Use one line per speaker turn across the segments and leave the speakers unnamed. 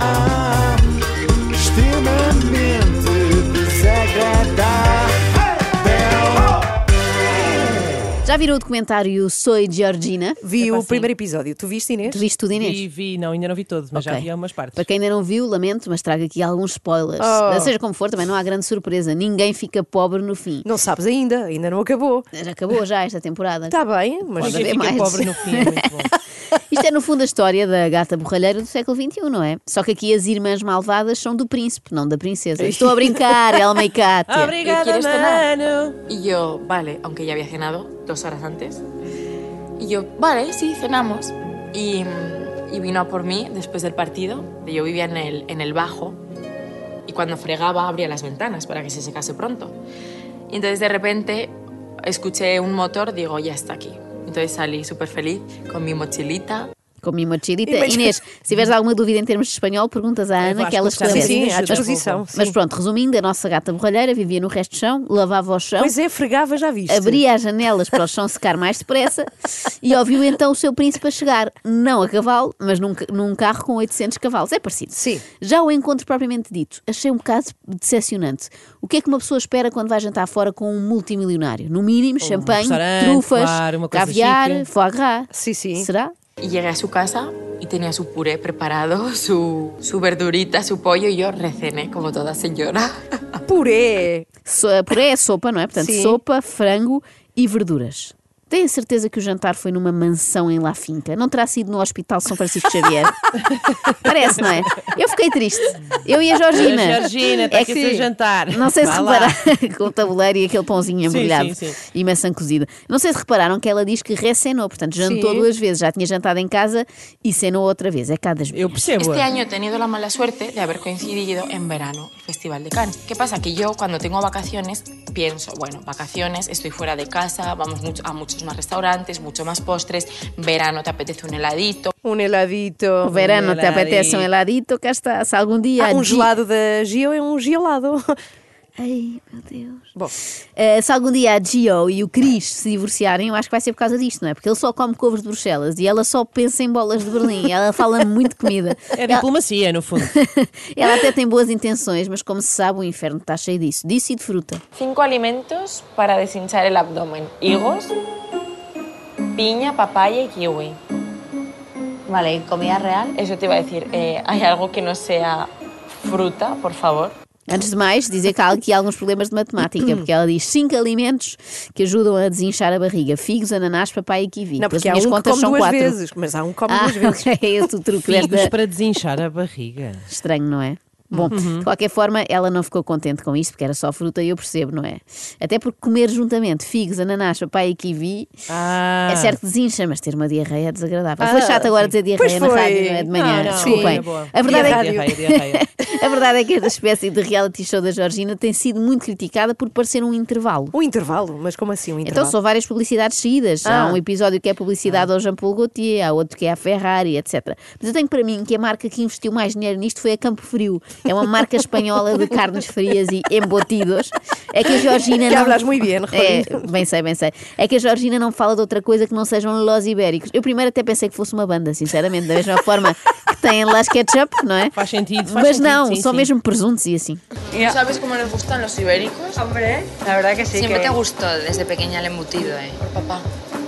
Ah, extremamente desagradável.
Já viram o documentário Soy Georgina?
Vi
Epá,
o
sim.
primeiro episódio. Tu viste, Inês?
Tu viste tudo, Inês?
Vi, vi, não, ainda não vi todos, mas já
Ok.
vi algumas partes.
Para quem ainda não viu, lamento, mas trago aqui alguns spoilers.
Oh.
Seja como for, também não há grande surpresa. Ninguém fica pobre no fim.
Não sabes ainda, ainda não acabou.
Já acabou Tá já esta temporada.
Está bem, mas
Pode haver
Ninguém é fica
mais.
pobre no fim, é muito bom.
Isto é, no fundo, a história da gata borralheira do século XXI, não é? Só que aqui as irmãs malvadas são do príncipe, não da princesa. Estou a brincar, Elma e Kátia.
Ah, Obrigada,
¿Quieres cenar?
mano!
Y yo, vale, aunque ya había cenado dos horas antes. Y yo, vale, sí, cenamos. Y, mm, y vino a por mí después del partido. Yo vivía en el, en el bajo y cuando fregaba abría las ventanas para que se secase pronto. Y entonces de repente escuché un motor, digo, ya está aquí. Entonces salí súper feliz con mi mochilita.
Com minha mochilita.
Imagina-
Inês, se tiveres alguma dúvida em termos de espanhol, perguntas à Ana
vou
que ela
escutar.
sim,
esclarece.
sim, à
ajuda,
disposição.
por
sim.
Mas pronto, resumindo, a nossa gata borralheira vivia no resto do chão, lavava o chão,
Pois é, fregava, já viste.
abria as janelas para o chão secar mais depressa e ouviu então o seu príncipe a chegar, não a cavalo, mas num, ca- num carro com 800 cavalos. É parecido.
Sim.
Já o encontro propriamente dito, achei um bocado decepcionante. O que é que uma pessoa espera quando vai jantar fora com um multimilionário? No mínimo, champanhe,
um restaurante,
trufas,
claro, uma coisa
caviar,
chique.
foie gras.
Sim, sim.
Será?
Y llegué a su casa y tenía su puré preparado, su, su verdurita, su pollo y yo recené como toda señora.
Ah,
Puré.
So, puré é sopa, não é? Portanto,
Sim.
sopa, frango e verduras. Tenho certeza que o jantar foi numa mansão em La Finca. Não terá sido no Hospital São Francisco Xavier. Parece, não é? Eu fiquei triste. Eu e a Georgina. É
A Georgina, está aqui o seu jantar.
Não sei se
Vá lá.
repararam com o tabuleiro e aquele pãozinho
Sim,
embrulhado
sim, sim.
e maçã cozida. Não sei se repararam que ela diz que recenou, portanto, jantou
Sim.
duas vezes. Já tinha jantado em casa e cenou outra vez. É cada das
Eu
minhas.
percebo.
Este año he tenido la mala suerte de haber coincidido en verano el Festival de Cannes. ¿Qué pasa? Que yo cuando tengo vacaciones pienso, bueno, vacaciones, estoy fuera de casa, vamos mucho- a muchos más restaurantes, mucho más postres, verano te apetece un heladito.
Um heladito.
O verano te
Heladito.
apetece um heladito, cá está. Se algum dia.
Ah,
a
um
Di-
gelado da Gio é um gelado.
Ai, meu Deus.
Bom,
Uh, se algum dia a Gio e o Cris se divorciarem, eu acho que vai ser por causa disto, não é? Porque ele só come couves de Bruxelas e ela só pensa em bolas de Berlim. Ela fala muito de comida.
É
Ela-
diplomacia, no fundo.
ela até tem boas intenções, mas como se sabe, o inferno está cheio disso. Disso e de fruta.
Cinco alimentos para deshinchar el abdomen. Higos, piña, papaya y kiwi.
Vale, comida real.
Eso te iba a decir, eh, ¿hay algo que no sea fruta, por favor?
Antes de mais, dizer que há aqui alguns problemas de
Hum.
matemática, porque ela diz cinco alimentos que ajudam a desinchar a barriga: figos, ananás, papai e kiwi.
não, porque há
As minhas
um que
contas
come
são
duas
quatro.
vezes. Mas há um que come
Ah,
duas vezes.
ok, é esse o truque
Figos
desta.
para desinchar a barriga.
Estranho, não é? Bom,
Uhum.
de qualquer forma, ela não ficou contente com isto, porque era só fruta e eu percebo, não é? Até porque comer juntamente figos, ananás, papai e kiwi
Ah,
é certo que desincha, mas ter uma diarreia é desagradável.
Ah,
foi chato agora dizer
Pois
diarreia na
foi.
rádio, não é? De manhã,
Não, não,
desculpem.
na boa.
A verdade é que
Diarreia, diarreia.
A verdade é que esta espécie de reality show da Georgina tem sido muito criticada por parecer um intervalo.
Um intervalo, mas como assim um
Então
intervalo?
são várias publicidades seguidas. Há
Ah.
um episódio que é publicidade
Ah.
ao Jean-Paul Gaultier, há outro que é à Ferrari, etc. Mas eu tenho para mim que a marca que investiu mais dinheiro nisto foi a Campo Frio. É uma marca espanhola de carnes frias e embotidos. É que a Georgina
Que
não...
hablas muy bien, Rodrigo.
É, bem sei, bem sei. É que a Georgina não fala de outra coisa que não sejam los ibéricos. Eu primeiro até pensei que fosse uma banda, sinceramente, da mesma forma que têm las ketchup, não é?
Faz sentido, faz
Mas
sentido,
não,
sim,
são
sim.
mesmo presuntos e assim.
¿Sabes cómo nos gustan los ibéricos?
Hombre, la verdad que sí.
Siempre
que-
te gustó desde pequeña el embutido, ¿eh?
Papá,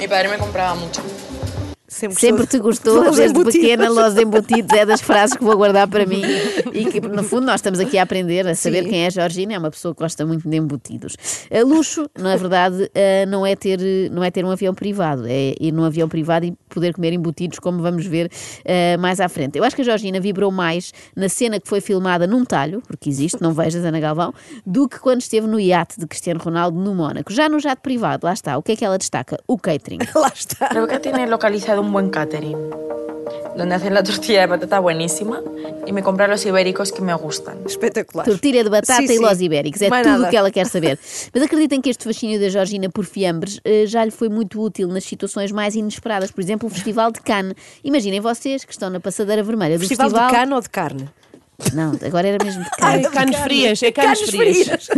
mi padre me compraba mucho.
Sempre,
Sempre te gostou,
Los
desde
embutidos.
pequena, los embutidos é das frases que vou guardar para mim e que, no fundo, nós estamos aqui a aprender a saber quem é a Georgina, é uma pessoa que gosta muito de embutidos. A luxo, na verdade, eh, não é, ter, não é ter um avião privado, é ir num avião privado e poder comer embutidos, como vamos ver eh, mais à frente. Eu acho que a Georgina vibrou mais na cena que foi filmada num talho, porque existe, não vejas, Ana Galvão, do que quando esteve no iate de Cristiano Ronaldo no Mónaco. Já no jato privado, lá está, o que é que ela destaca? O catering.
Lá está.
Creo que tiene localizado un buen catering, donde hacen la tortilla de patata buenísima y me compran los ibéricos que me gustan.
Espetacular.
Tortilha de batata
Sim, sim.
e los ibéricos. É
Mais
tudo
nada.
o que ela quer saber. Mas acreditem que este fascínio da Georgina por fiambres eh, já lhe foi muito útil nas situações mais inesperadas. Por exemplo, o Festival de Cannes. Imaginem vocês que estão na passadeira vermelha do
Festival
festival.
de carne ou de carne?
Não, agora era mesmo de
É
Cannes.
carnes frias, é carnes frias.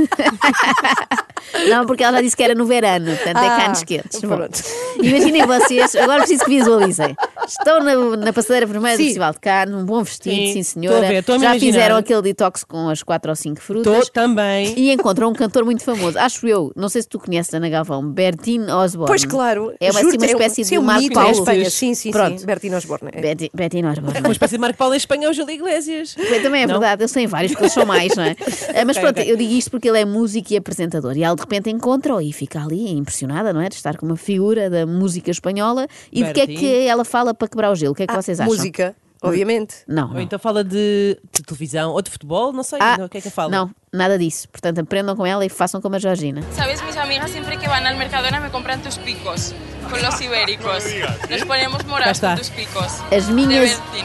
Não, porque ela já disse que era no verano, portanto é canos
Ah,
quentes. Bom,
pronto.
Imaginem vocês, agora preciso que visualizem. Estão na, na passadeira vermelha do
Sim.
Festival de Cannes, um bom vestido,
Sim,
sim,
estou
senhora.
a ver, estou a me
já
imaginar.
fizeram aquele detox com as quatro ou cinco frutas.
Estou também.
E encontram um cantor muito famoso, acho eu, não sei se tu conheces Ana Galvão, Bertin Osborne.
Pois claro.
É uma, assim,
juro-te,
uma
é um-
espécie
sim,
de
um
Marco
mito em
Paulo.
Espanha. Sim, sim,
Pronto.
sim. Bertino Osborne. é.
Bertin, Bertin Osborne.
Uma espécie de Marco Paulo em Espanha é o Júlio Iglesias.
Pois, Também é
Não?
verdade, eles têm vários, porque eles são mais, não é? Ah, Mas
Ok,
pronto,
ok.
eu digo isto porque ele é músico e apresentador. E ela de repente encontra-o e fica ali impressionada, não é? De estar com uma figura da música espanhola. E do que é
Bertin.
que ela fala para quebrar o gelo? O que é que
Ah,
vocês acham?
Música, obviamente.
Não.
Ou
não.
então fala de, de televisão ou de futebol, não sei.
Ah,
não, o que é que fala?
Não, nada disso. Portanto, aprendam com ela e façam como a Georgina.
Sabes, mis amigas siempre que van al Mercadona me compran tus picos con los ibéricos. Nos ponemos morados
¿eh? Ya está.
con tus picos.
As
De
minhas.
Bertín.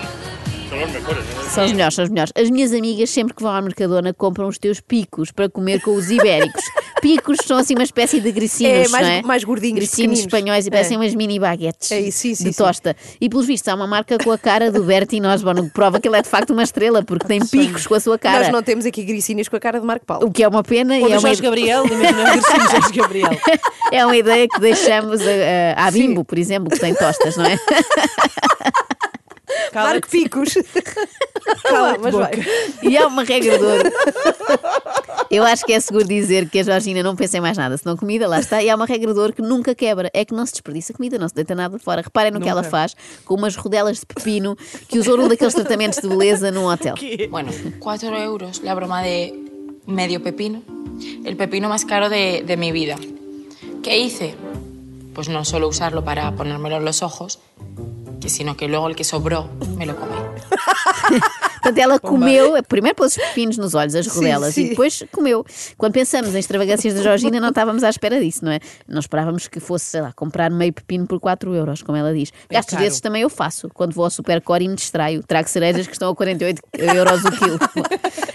São
É.
os melhores, são os melhores. As minhas amigas, sempre que vão à Mercadona, compram os teus picos para comer com os ibéricos. Picos são assim uma espécie de gricinhos,
É, mais-
não é?
mais gordinhos,
Gricinhos
pequeninos.
espanhóis e
É.
parecem umas mini baguetes
É isso, sim, sim,
de
sim.
tosta. E pelos vistos, há uma marca com a cara do Bertin Osborne, o que prova que ele é de facto uma estrela, porque tem picos com a sua cara.
Nós não temos aqui gricinhas com a cara de Marco Paulo.
O que é uma pena
Ou
e é
do
uma,
Jorge Gabriel, imagina o Garcia Jorge Gabriel.
é uma ideia que deixamos eh, à Bimbo, por exemplo, que tem tostas, não é?
Cala-te.
Marco Picos. Cala, mas vai.
E há uma regra de ouro. Eu acho que é seguro dizer que a Georgina não pensa em mais nada, senão comida, lá está. E há uma regra de ouro que nunca quebra: é que não se desperdiça comida, não se deita nada fora. Reparem no que ela faz com umas rodelas de pepino que usou num daqueles tratamentos de beleza num hotel.
Bueno, 4 euros la broma de medio pepino. El pepino más caro de, de mi vida. ¿Qué hice? Pues no solo usarlo para ponérmelo en los ojos, que sino que luego el que sobró me lo comí.
Portanto, ela comeu, primeiro pôs os pepinos nos olhos, as rodelas,
sim.
e depois comeu. Quando pensamos em extravagâncias da Georgina, não estávamos à espera disso, não é? Não esperávamos que fosse, sei lá, comprar meio pepino por 4 euros, como ela diz. Gastos
caro.
desses também eu faço. Quando vou ao supercore e me distraio, trago cerejas que estão a 48 euros o quilo.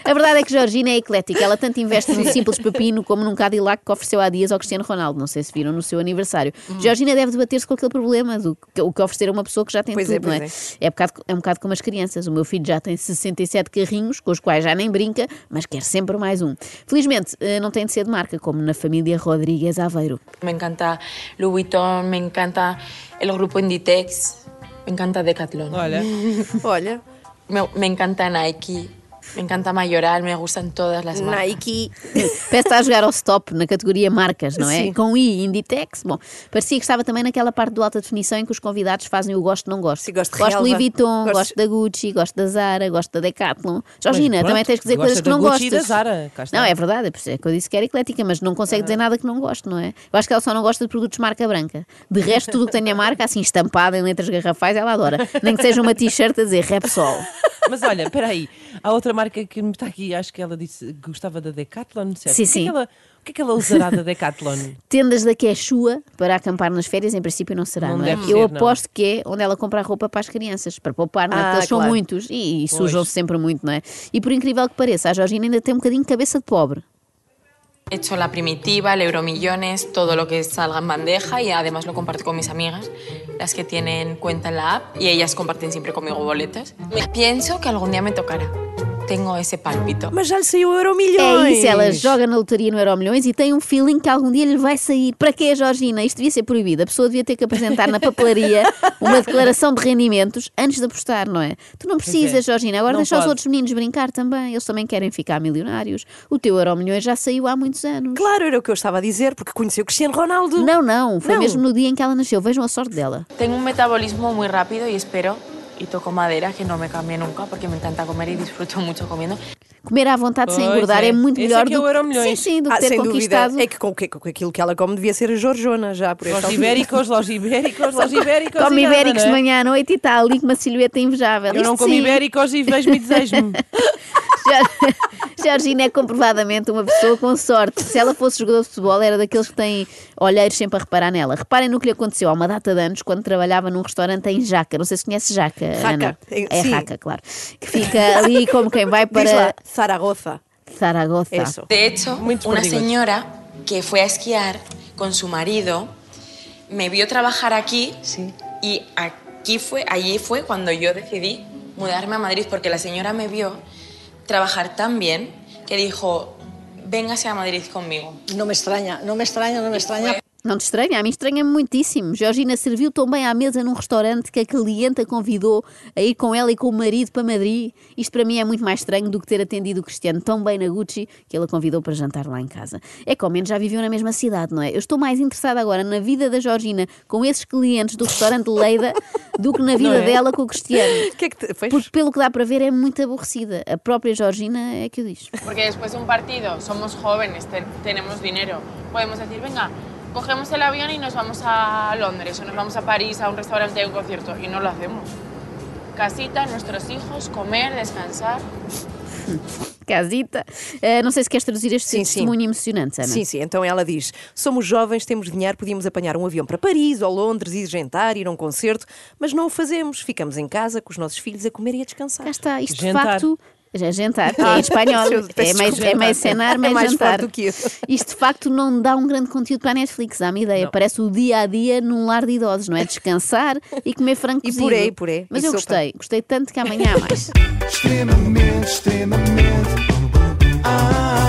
A verdade é que Georgina é eclética. Ela tanto investe num simples pepino como num Cadillac que ofereceu há dias ao Cristiano Ronaldo. Não sei se viram no seu aniversário.
Hum.
Georgina deve debater-se com aquele problema do que- o que oferecer a uma pessoa que já tem
Pois é,
tudo, não é?
pois é.
É, bocado- é um bocado como as crianças. O meu filho já tem 67 carrinhos, com os quais já nem brinca, mas quer sempre mais um. Felizmente, eh, não tem de ser de marca, como na família Rodrigues Aveiro.
Me encanta Louis Vuitton, me encanta el grupo Inditex, me encanta Decathlon.
Olha,
Olha,
Me, me encanta Nike, me encanta Mayoral, me gustan todas las marcas.
Nike.
Parece que está a jogar ao stop na categoria marcas, não é?
Sim.
Com I, Inditex. Bom, parecia que estava também naquela parte do alta definição em que os convidados fazem o gosto, não gosto.
Sim, gosto de
gosto Louis
relva.
Vuitton, gosto...
Gosto-
da Gucci, gosto da Zara, gosto da Decathlon. Georgina,
pronto,
também tens que dizer
gosta
coisas que
da
não
Gucci e da
gostas.
Zara, cá está.
Não, é verdade, é por isso é que eu disse que era eclética, mas não consegue dizer nada que não goste, não é? Eu acho que ela só não gosta de produtos marca branca. De resto, tudo o que tenha marca, assim estampada em letras garrafais, ela adora. Nem que seja uma t-shirt a dizer Repsol.
mas olha, espera aí. Há outra marca que me está aqui, acho que ela disse que gostava da Decathlon, certo?
Sim,
O que é
sim.
que ela, o que é que ela usará da Decathlon?
Tendas da Quechua para acampar nas férias, em princípio não será,
Não
não, é?
deve
Eu
ser, não.
aposto que é onde ela compra a roupa para as crianças, para poupar, não é?
Ah,
Porque eles são
claro.
muitos e, e sujam-se sempre muito, não é? E por incrível que pareça, a Georgina ainda tem um bocadinho de cabeça de pobre.
He hecho la primitiva, el euromillones, todo lo que salga en bandeja y además lo comparto con mis amigas, las que tienen cuenta en la app y ellas comparten siempre conmigo boletos. Pienso que algún día me tocará. Tengo ese pálpito.
Mas já lhe saiu o euro
É
milhões.
isso, ela joga na lotaria no Euro Milhões e tem um feeling que algum dia lhe vai sair. Para quê, Georgina? Isto devia ser proibido. A pessoa devia ter que apresentar na papelaria uma declaração de rendimentos antes de apostar, não é? Tu não precisas, Georgina. Agora
Não
deixa os
pode.
outros meninos brincar também. Eles também querem ficar milionários. O teu Euro Milhões já saiu há muitos anos.
Claro, era o que eu estava a dizer, porque conheceu Cristiano Ronaldo.
Não, não, foi
Não.
mesmo no dia em que ela nasceu. Vejam a sorte dela.
Tengo un metabolismo muy rápido y espero y toco madera que no me cambie nunca porque me encanta comer y disfruto mucho comiendo.
Comer à vontade sem
Pois
engordar é,
é.
muito
Esse
melhor
é que é
do
o
que, sim,
Euromilhões.
sim, do que
Ah,
ter
sem dúvida.
conquistado.
É que com, que- com aquilo que ela come devia ser a Jorjona já, por esta
Los
altura.
ibéricos, los ibéricos, los ibéricos.
Come
e nada,
ibéricos de
não é?
manhã à noite e está ali com uma silhueta invejável.
Eu não
Isto
como
sim.
ibéricos e vejo-me e desejo-me.
Jor- Georgina é comprovadamente uma pessoa com sorte. Se ela fosse jogador de futebol, era daqueles que têm olheiros sempre a reparar nela. Reparem no que lhe aconteceu há uma data de anos quando trabalhava num restaurante em Jaca. Não sei se conhece Jaca,
Jaca.
Ana.
Em-
É
sim.
Jaca, claro. Que fica ali como quem vai
Diz lá, É
para
Zaragoza.
Zaragoza.
Eso.
De hecho,
Muchos
una
perdigos.
señora que fue a esquiar con su marido me vio trabajar aquí y aquí fue, allí fue cuando yo decidí mudarme a Madrid porque la señora me vio trabajar tan bien que dijo, véngase a Madrid conmigo.
No me extraña, no me extraña, no me extraña.
Não te estranha? A mim estranha-me muitíssimo. Georgina serviu tão bem à mesa num restaurante que a cliente a convidou a ir com ela e com o marido para Madrid. Isto para mim é muito mais estranho do que ter atendido o Cristiano tão bem na Gucci que ele a convidou para jantar lá em casa. É que ao menos já viviam na mesma cidade, não é? Eu estou mais interessada agora na vida da Georgina com esses clientes do restaurante Leida do que na vida
é?
dela com o Cristiano.
O que é que te... Pois,
Porque pelo que dá para ver é muito aborrecida. A própria Georgina é que o diz.
Porque después de un partido somos jóvenes, te- tenemos dinero. Podemos decir, venga, cogemos el avión y nos vamos a Londres o nos vamos a París a un restaurante, a un concierto. Y no lo hacemos. Casita, nuestros hijos, comer, descansar.
Casita. Ah, não sei se queres traduzir este
Sim, sim.
testemunho emocionante, Ana.
Sim, sim, então ela diz: somos jovens, temos dinheiro, podíamos apanhar um avião para Paris ou Londres, ir jantar, ir a um concerto, mas não o fazemos. Ficamos em casa com os nossos filhos a comer e a descansar.
Cá está, isto
Jantar.
de facto. Já é jantar,
Ah,
que é em espanhol.
peço
é, meio,
desculpa.
é meio cenar,
É
meio
mais
jantar.
forte do que eu.
Isto de facto não dá um grande conteúdo para a Netflix, dá-me ideia. Parece o dia a dia num lar de idosos, não é? Descansar e comer frango
E
cozido.
puré, e puré,
Mas
e
eu
sopa.
gostei, gostei tanto que amanhã há mais.
extremamente, extremamente. Ah,